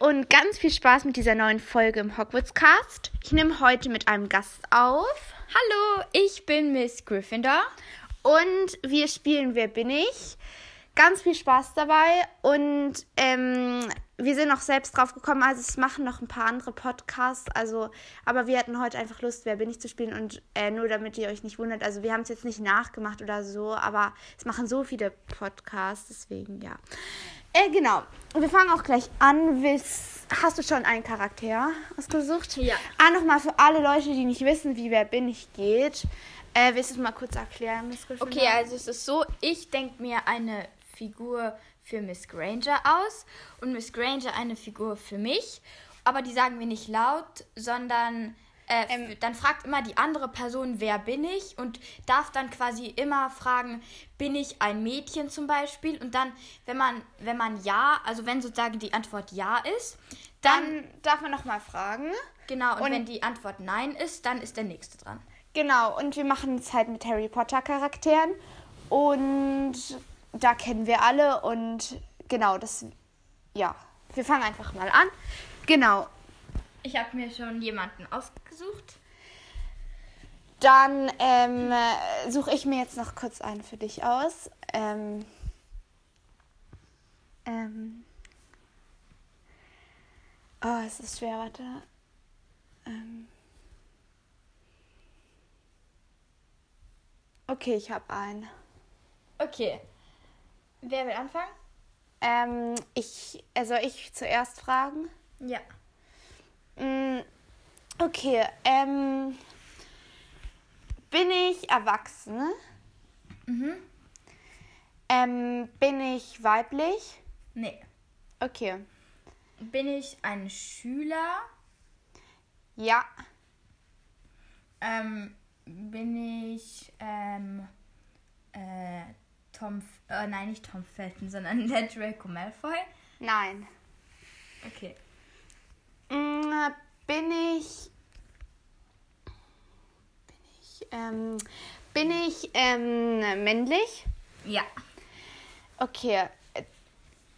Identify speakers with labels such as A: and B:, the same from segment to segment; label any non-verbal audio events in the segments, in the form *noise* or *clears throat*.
A: und ganz viel Spaß mit dieser neuen Folge im Hogwarts Cast. Ich nehme heute mit einem Gast auf
B: Hallo, ich bin Miss Gryffindor.
A: und wir spielen Wer bin ich? Ganz viel Spaß dabei und ähm, wir sind auch selbst drauf gekommen, also es machen noch ein paar andere Podcasts, also aber wir hatten heute einfach Lust, Wer bin ich zu spielen und äh, nur damit ihr euch nicht wundert, also wir haben es jetzt nicht nachgemacht oder so, aber es machen so viele Podcasts, deswegen ja. Äh, genau. Wir fangen auch gleich an. Willst, hast du schon einen Charakter ausgesucht?
B: Ja.
A: Ah, nochmal für alle Leute, die nicht wissen, wie wer bin ich geht. Äh, willst du es mal kurz erklären, Miss Gryffindor?
B: Okay, also es ist so, ich denke mir eine Figur für Miss Granger aus und Miss Granger eine Figur für mich. Aber die sagen wir nicht laut, sondern äh, f- dann fragt immer die andere Person, wer bin ich? Und darf dann quasi immer fragen, bin ich ein Mädchen zum Beispiel? Und dann, wenn man, wenn man ja, also wenn sozusagen die Antwort ja ist, dann,
A: Dann Ähm, darf man nochmal fragen.
B: genau, und,
A: und-
B: wenn die Antwort nein ist, dann ist der nächste dran.
A: Genau, und wir machen es halt mit Harry Potter Charakteren. Und da kennen wir alle und genau, das. Ja, wir fangen einfach mal an. Genau,
B: Ich habe mir schon jemanden ausgesucht.
A: Dann ähm, äh, suche ich mir jetzt noch kurz einen für dich aus. Ähm, ähm, oh, es ist schwer, warte. Ähm, okay, ich habe einen.
B: Okay. Wer will anfangen?
A: Ähm, ich, äh, soll ich zuerst fragen?
B: Ja.
A: Mm, okay, ähm, bin ich Erwachsene?
B: Mhm.
A: Ähm, bin ich weiblich?
B: Nee.
A: Okay.
B: Bin ich ein Schüler?
A: Ja.
B: Ähm, bin ich ähm, äh, Tom, F- äh, nein, nicht Tom Felton, sondern *laughs* der Draco Malfoy?
A: Nein.
B: Okay.
A: Mm, bin ich. Bin ich. Ähm, bin ich ähm, männlich?
B: Ja.
A: Okay. Äh,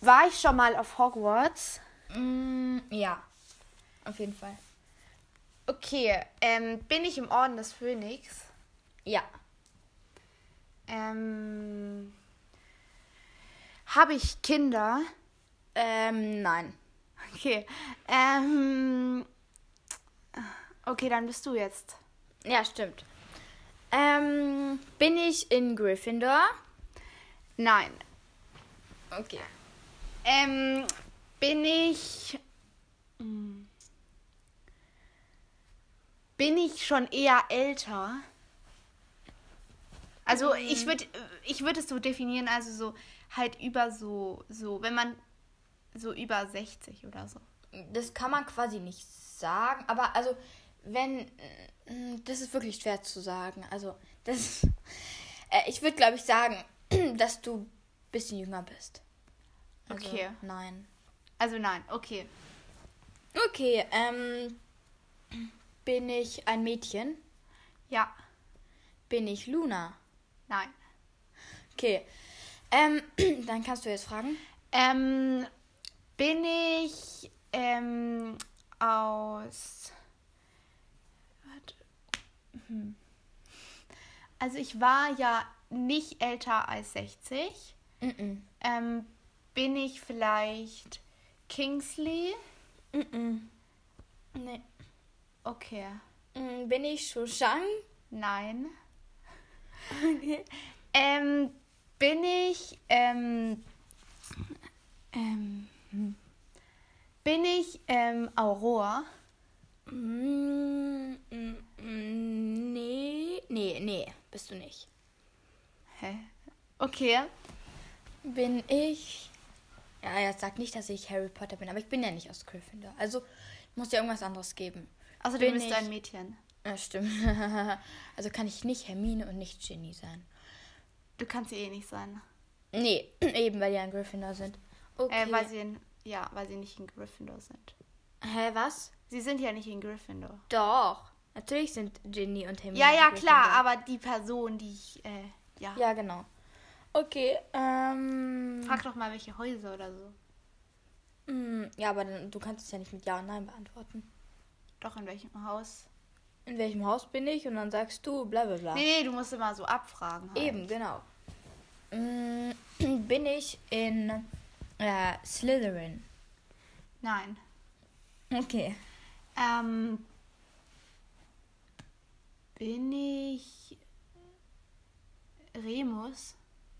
A: War ich schon mal auf Hogwarts?
B: Mm, ja. Auf jeden Fall.
A: Okay. Ähm, bin ich im Orden des Phönix?
B: Ja.
A: Ähm, Habe ich Kinder? *laughs*
B: Ähm, nein.
A: Okay. Ähm, okay, dann bist du jetzt.
B: Ja, stimmt. Ähm, bin ich in Gryffindor?
A: Nein.
B: Okay.
A: Ähm, bin ich. Hm. Bin ich schon eher älter? Also ich würde ich würd es so definieren, also so halt über so, so, wenn man so über 60 oder so.
B: das kann man quasi nicht sagen, aber also wenn äh, das ist wirklich schwer zu sagen. Also das *laughs* äh, ich würde glaube ich sagen, *clears throat* dass du ein bisschen jünger bist. Also,
A: Okay.
B: Nein.
A: Also nein, okay.
B: Okay, ähm *clears throat* bin ich ein Mädchen?
A: Ja,
B: Bin ich Luna?
A: nein.
B: Okay. Ähm, *clears throat* dann kannst du jetzt fragen.
A: Ähm, bin ich ähm, aus. Warte. Hm. Also ich war ja nicht älter als 60.
B: Mm
A: Ähm, bin ich vielleicht Kingsley?
B: -mm. Mm -mm. Nee.
A: Okay.
B: Mm, Bin ich Shoshang?
A: Nein. Ähm, bin ich, ähm, ähm, hm. bin ich, ähm, Aurora?
B: Mm, mm, mm, Nee, nee, nee, bist du nicht.
A: Hä? Okay.
B: Bin ich. Ja, jetzt sag nicht, dass ich Harry Potter bin, aber ich bin ja nicht aus Gryffindor. Also muss ja irgendwas anderes geben.
A: Also
B: Bin
A: du bist
B: ich-
A: ein Mädchen.
B: Ja, stimmt. *laughs* also kann ich nicht Hermine und nicht Ginny sein.
A: Du kannst sie eh nicht sein.
B: Nee, *clears throat* eben weil die ein Gryffindor sind. Okay.
A: Äh, weil sie in, ja, weil sie nicht in Gryffindor sind.
B: Hä, was?
A: Sie sind ja nicht in
B: Hm,
A: Gryffindor.
B: Doch. Natürlich sind Ginny und Hermine.
A: Ja, ja, klar,
B: Gryffindor.
A: aber die Person, die ich, äh, ja.
B: Ja, genau. Okay, ähm.
A: Frag doch mal, welche Häuser oder so.
B: Mm, Ja, aber dann, du kannst es ja nicht mit Ja und Nein beantworten.
A: Doch, in welchem Haus?
B: In welchem Haus bin ich? Und dann sagst du bla bla bla.
A: Nee, nee, du musst immer so abfragen. Halt.
B: Eben, genau. Mm, Bin ich in äh, Slytherin.
A: Nein.
B: Okay.
A: Ähm, bin ich Remus?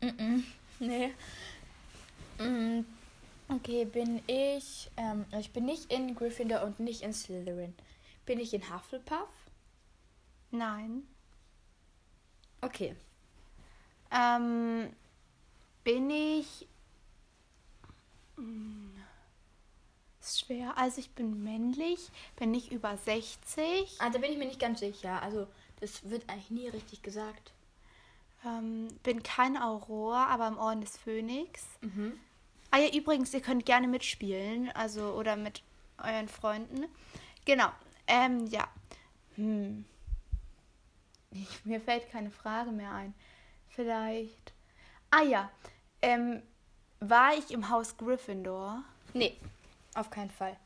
B: Mm-mm. *laughs* Nee. Mm, Okay, bin ich. Ähm, ich bin nicht in Gryffindor und nicht in Slytherin. Bin ich in Hufflepuff?
A: Nein.
B: Okay.
A: Ähm, bin ich. Hm, Ist schwer. Also ich bin männlich, bin ich über 60.
B: Ah, da bin ich mir nicht ganz sicher. Also, das wird eigentlich nie richtig gesagt.
A: Ähm, bin kein Aurora, aber im Orden des Phönix.
B: Mhm.
A: Ah ja, übrigens, ihr könnt gerne mitspielen, also oder mit euren Freunden. Genau. Ähm, ja. Hm. Ich, mir fällt keine Frage mehr ein. Vielleicht. Ah ja. Ähm, war ich im Haus Gryffindor?
B: Nee, auf keinen Fall.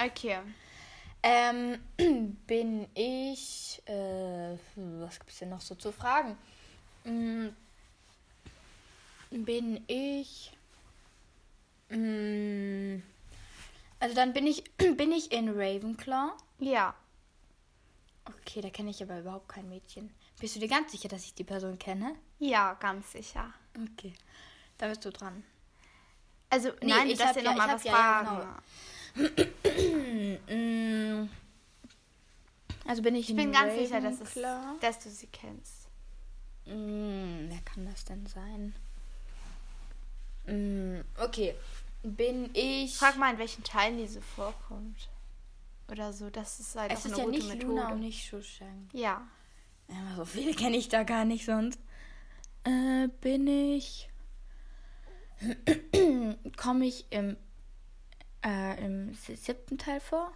A: Okay.
B: Ähm, *clears throat* bin ich. Äh, was gibt's denn noch so zu fragen? Mm, bin ich. Mm, also dann bin ich *clears throat* bin ich in Ravenclaw.
A: Ja.
B: Okay, da kenne ich aber überhaupt kein Mädchen. Bist du dir ganz sicher, dass ich die Person kenne?
A: Ja, ganz sicher.
B: Okay, da bist du dran.
A: Also,
B: Nee,
A: nein,
B: ich
A: du darfst
B: hab
A: ja
B: ja-
A: nochmal
B: ich hab
A: was
B: ja- ja,
A: fragen.
B: genau. Mm, also bin ich,
A: Ich
B: in
A: bin ganz sicher, dass, es,
B: Ravenclaw?
A: dass du sie kennst.
B: Mm, wer kann das denn sein? Mm, okay. Bin ich.
A: Frag mal, in welchen Teilen diese vorkommt. Oder so, das ist halt
B: es
A: auch
B: ist
A: eine
B: ja
A: gute
B: nicht
A: Methode.
B: Luna und nicht Shushang.
A: Ja.
B: Ja, so viele kenne ich da gar nicht sonst. Äh, bin ich. *clears throat* Komme ich im. Äh, im sie- siebten Teil vor?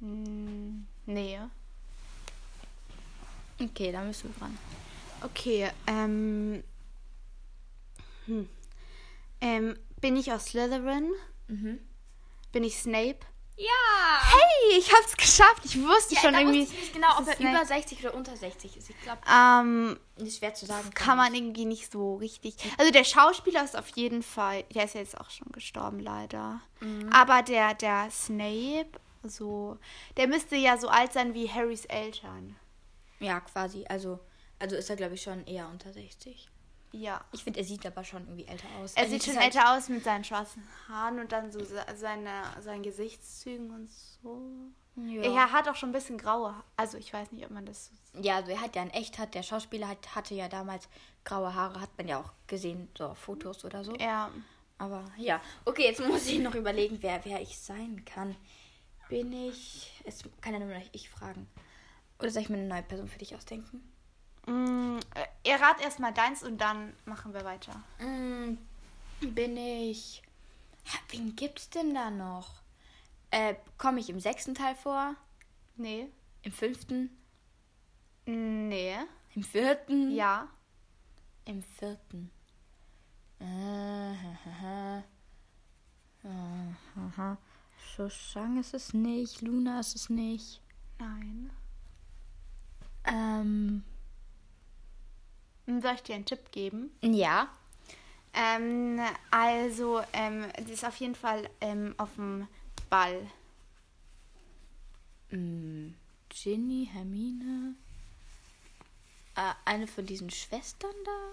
A: Hm, nee.
B: Okay, da bist du dran.
A: Okay, ähm. Hm. Ähm, bin ich aus Slytherin?
B: Mhm.
A: Bin ich Snape?
B: Ja!
A: Hey, ich hab's geschafft. Ich wusste
B: ja
A: schon
B: da
A: irgendwie.
B: wusste ich nicht genau,
A: dass
B: ob
A: es
B: er
A: Snape-
B: über 60 oder unter 60 ist. Ich glaube,
A: Ähm,
B: ist schwer zu sagen.
A: kann man irgendwie nicht so richtig. Also der Schauspieler ist auf jeden Fall, der ist ja jetzt auch schon gestorben leider. Aber der der Snape, so, der müsste ja so alt sein wie Harrys Eltern.
B: Ja, quasi. Also, also ist er, glaube ich, schon eher unter 60.
A: Ja.
B: Ich finde, er sieht aber schon irgendwie älter aus.
A: Er
B: Also
A: sieht
B: es
A: schon
B: ist halt-
A: älter aus mit seinen schwarzen Haaren und dann so se- seine, seinen Gesichtszügen und so.
B: Ja.
A: Er hat auch schon ein bisschen graue. Ha- Also ich weiß nicht, ob man das so sieht.
B: ja, also er hat ja in echt, hat der Schauspieler hat, hatte ja damals graue Haare, hat man ja auch gesehen, so auf Fotos oder so.
A: Ja.
B: Aber ja, okay, jetzt muss ich noch überlegen, wer, wer ich sein kann. Bin ich. Es kann ja nur noch ich fragen. Oder soll ich mir eine neue Person für dich ausdenken?
A: Mm, äh, errat erstmal deins und dann machen wir weiter.
B: Mm, bin ich. Ja, wen gibt's denn da noch? Äh, Komme ich im sechsten Teil vor?
A: Nee.
B: Im fünften?
A: Nee.
B: Im vierten?
A: Ja.
B: Im vierten. Äh, Shoshang ist es nicht, Luna ist es nicht.
A: Nein.
B: Ähm, Hm,
A: Soll ich dir einen Tipp geben?
B: ja.
A: Ähm, also, ähm, die ist auf jeden Fall ähm, auf dem Ball.
B: Mm, Ginny, Hermine. Äh, eine von diesen Schwestern da?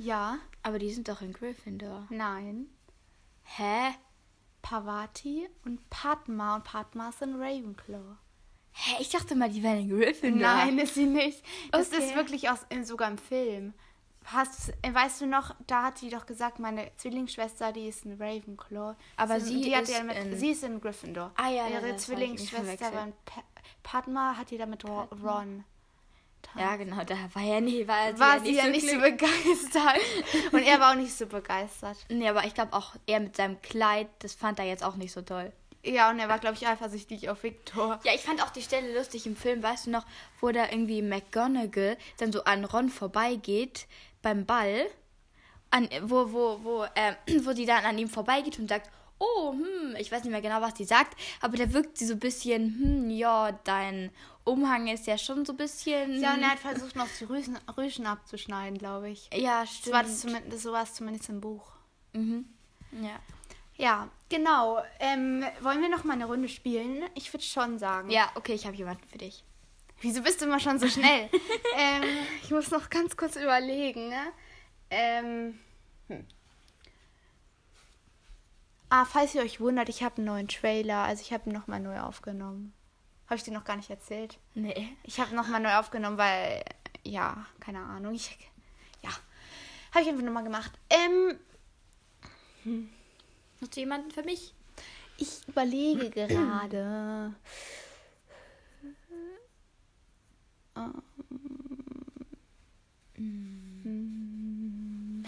A: Ja,
B: Aber die sind doch in Gryffindor.
A: nein.
B: Hä?
A: Pavati und Padma. Und Padma ist in Ravenclaw.
B: Hä? Ich dachte mal, die wären in Gryffindor.
A: Nein, ist sie nicht. Das
B: Okay.
A: ist wirklich aus, in- sogar im Film. Hast, äh, weißt du noch, da hat die doch gesagt, meine Zwillingsschwester, die ist in Ravenclaw.
B: Aber
A: sie,
B: sie
A: die hat
B: ist
A: ja mit,
B: in-
A: sie ist in Gryffindor.
B: Ah, ja, ja, das
A: Ihre
B: hab ich irgendwie
A: Zwillingsschwester
B: verwechselt.
A: war in pa Padma, hat die da mit Ro Ron.
B: Ja, genau, da war ja nie, war,
A: war
B: sie
A: sie ja nicht so begeistert. Und er war auch nicht so begeistert.
B: *laughs* Nee, aber ich glaube auch, er mit seinem Kleid, das fand er jetzt auch nicht so toll.
A: Ja, und er war, glaube ich, eifersüchtig auf Victor.
B: Ja, ich fand auch die Stelle lustig im Film, weißt du noch, wo da irgendwie McGonagall dann so an Ron vorbeigeht beim Ball an, wo, wo, wo, äh, *clears throat* wo die dann an ihm vorbeigeht und sagt, oh, hm, ich weiß nicht mehr genau, was die sagt, aber da wirkt sie so ein bisschen, hm, ja, dein Umhang ist ja schon so ein bisschen.
A: Ja, und er hat versucht, noch die Rüschen, Rüschen abzuschneiden, glaube ich.
B: Ja,
A: So
B: stimmt.
A: war, das zumindest, so war es zumindest im Buch.
B: mhm. Ja.
A: Ja, genau. Ähm, wollen wir noch mal eine Runde spielen? Ich würde schon sagen.
B: ja, okay, ich habe jemanden für dich.
A: Wieso bist du immer
B: *laughs*
A: schon so schnell? ähm, ich muss noch ganz kurz überlegen. Ne? Ähm, hm. Ah, falls ihr euch wundert, ich habe einen neuen Trailer. Also ich habe ihn nochmal neu aufgenommen. Habe ich dir noch gar nicht erzählt?
B: Nee.
A: Ich habe nochmal neu aufgenommen, weil, ja, keine Ahnung. Ich, ja, habe ich einfach nochmal gemacht. Ähm,
B: Hast du jemanden für mich?
A: Ich überlege gerade. Ähm,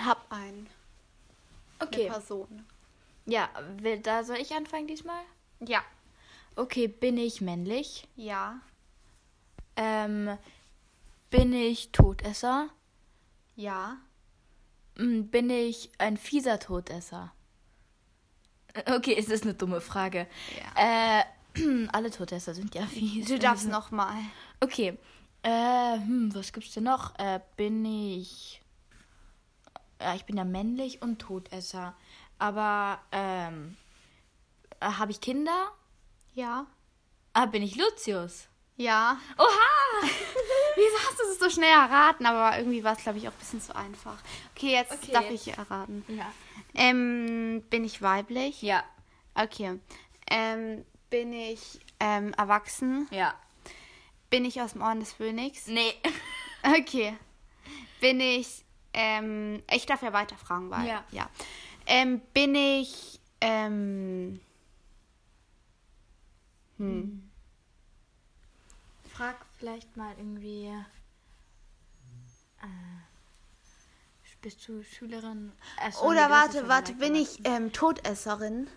A: Hab einen.
B: Okay.
A: Eine Person.
B: Ja, will, da soll ich anfangen diesmal?
A: Ja.
B: Okay, bin ich männlich?
A: Ja.
B: Ähm, bin ich Todesser?
A: Ja.
B: Mm, Bin ich ein fieser Todesser? Äh, Okay, es ist eine dumme Frage. Äh, *clears throat* alle Todesser sind ja fies.
A: Du darfst nochmal.
B: *laughs* Okay. Äh, hm, was gibt's denn noch? Äh, bin ich. Ja, ich bin ja männlich und Todesser. Aber, ähm. äh, Habe ich Kinder?
A: Ja.
B: Ah, bin ich Lucius?
A: Ja. *laughs*
B: Oha!
A: Wieso hast du es so schnell erraten? Aber irgendwie war es, glaube ich, auch ein bisschen zu einfach. Okay, jetzt
B: Okay.
A: darf ich erraten.
B: Ja.
A: Ähm, bin ich weiblich?
B: Ja,
A: Okay. Ähm, bin ich ähm, erwachsen?
B: ja.
A: Bin ich aus dem Orden des Phönix?
B: Nee.
A: Okay. Bin ich. Ähm, ich darf ja weiterfragen, weil.
B: Ja.
A: ja. Ähm, bin ich. Ähm,
B: Frag vielleicht mal irgendwie. Äh, bist du Schülerin? Ach so, nee,
A: oder
B: du hast es
A: warte,
B: schon
A: warte.
B: gesagt,
A: Bin
B: aber-
A: ich ähm, Todesserin?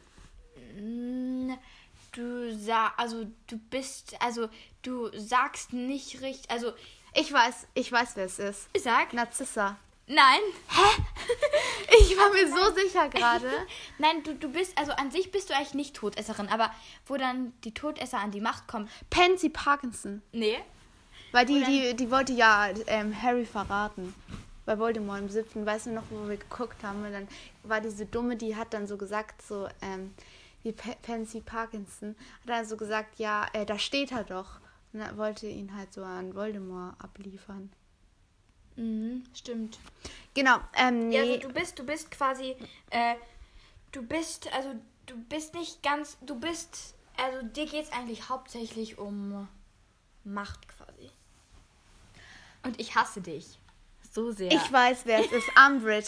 B: Mm, Du sa also du bist, also du sagst nicht richtig, also
A: Ich weiß, ich weiß, wer es ist.
B: sag.
A: Narzissa.
B: Nein.
A: Ich war mir so sicher gerade.
B: Nein, du, du bist, also an sich bist du eigentlich nicht Todesserin, aber wo dann die Todesser an die Macht kommen.
A: *laughs* Pansy Parkinson.
B: Nee.
A: Weil die,
B: Oder-
A: die, die wollte ja ähm, Harry verraten. Bei Voldemort im siebten, weißt du noch, wo wir geguckt haben? Und dann war diese Dumme, die hat dann so gesagt, so, ähm, die P Pansy Parkinson, hat dann so gesagt, ja, äh, da steht er doch. Und dann wollte ihn halt so an Voldemort abliefern.
B: Mhm, stimmt.
A: Genau, ähm,
B: Ja,
A: nee.
B: also du bist, du bist quasi, äh, du bist, also du bist nicht ganz, du bist, also dir geht's eigentlich hauptsächlich um Macht quasi. Und ich hasse dich. So sehr.
A: Ich weiß, wer es
B: *laughs*
A: ist. Umbridge.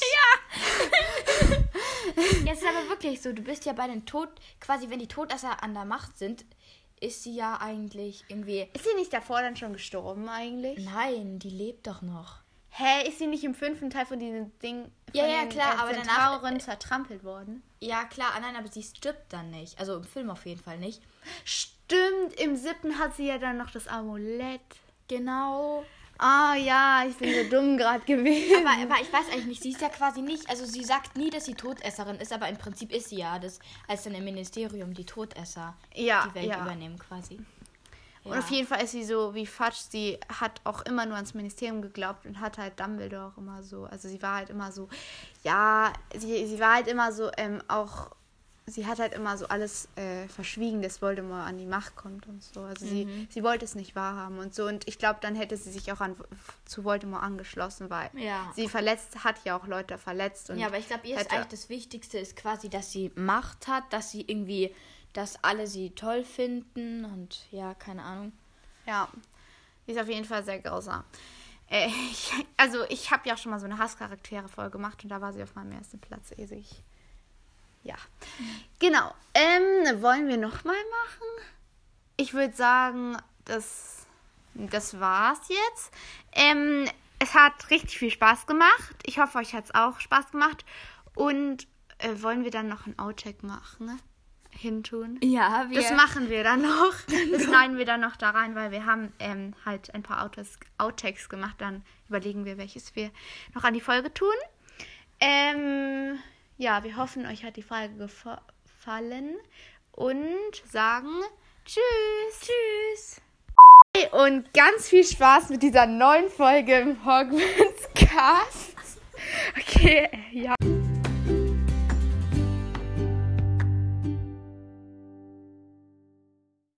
B: Jetzt ist aber wirklich so, du bist ja bei den Tod, quasi wenn die Todesser an der Macht sind, ist sie ja eigentlich irgendwie.
A: Ist sie nicht davor dann schon gestorben eigentlich?
B: Nein, die lebt doch noch.
A: Hä, ist sie nicht im fünften Teil von diesem Ding von
B: Ja, ja,
A: den,
B: klar, aber danach- äh,
A: Zentauren zertrampelt worden?
B: Ja, klar, ah, nein, aber sie stirbt dann nicht. Also im Film auf jeden Fall nicht.
A: Stimmt, im siebten hat sie ja dann noch das Amulett.
B: Genau.
A: Ah ja, ich bin so dumm gerade *laughs* gewesen.
B: Aber, aber ich weiß eigentlich nicht, sie ist ja quasi nicht, also sie sagt nie, dass sie Todesserin ist, aber im Prinzip ist sie ja, das, als dann im Ministerium die Todesser
A: Ja,
B: die Welt
A: ja.
B: übernehmen quasi.
A: Und auf jeden Fall ist sie so wie Fatsch, sie hat auch immer nur ans Ministerium geglaubt und hat halt Dumbledore auch immer so, also sie war halt immer so, ja, sie, sie war halt immer so ähm, auch, sie hat halt immer so alles äh, verschwiegen, dass Voldemort an die Macht kommt und so. Also sie, sie wollte es nicht wahrhaben und so. Und ich glaube, dann hätte sie sich auch an, zu Voldemort angeschlossen, weil
B: Ja.
A: sie verletzt, hat ja auch Leute verletzt. Und
B: Ja, aber ich glaube, ihr ist
A: hätte-
B: eigentlich das Wichtigste ist quasi, dass sie Macht hat, dass sie irgendwie, dass alle sie toll finden und ja, keine Ahnung.
A: Ja, die ist auf jeden Fall sehr grausam. Äh, ich, also ich habe ja auch schon mal so eine Hasscharaktere-Folge gemacht und da war sie auf meinem ersten Platz ewig. Ja, genau. Ähm, wollen wir nochmal machen? Ich würde sagen, das, das war's jetzt. Ähm, es hat richtig viel Spaß gemacht. Ich hoffe, euch hat's auch Spaß gemacht. Und äh, wollen wir dann noch ein Outtake machen? Hintun?
B: Ja, wir.
A: Das machen wir dann noch. Das schneiden wir dann noch da rein, weil wir haben ähm, halt ein paar Outtakes, Outtakes gemacht. Dann überlegen wir, welches wir noch an die Folge tun. Ähm, ja, wir hoffen, euch hat die Frage gefallen und sagen Tschüss.
B: Tschüss.
A: Und ganz viel Spaß mit dieser neuen Folge im Hogwarts Cast. Okay, ja.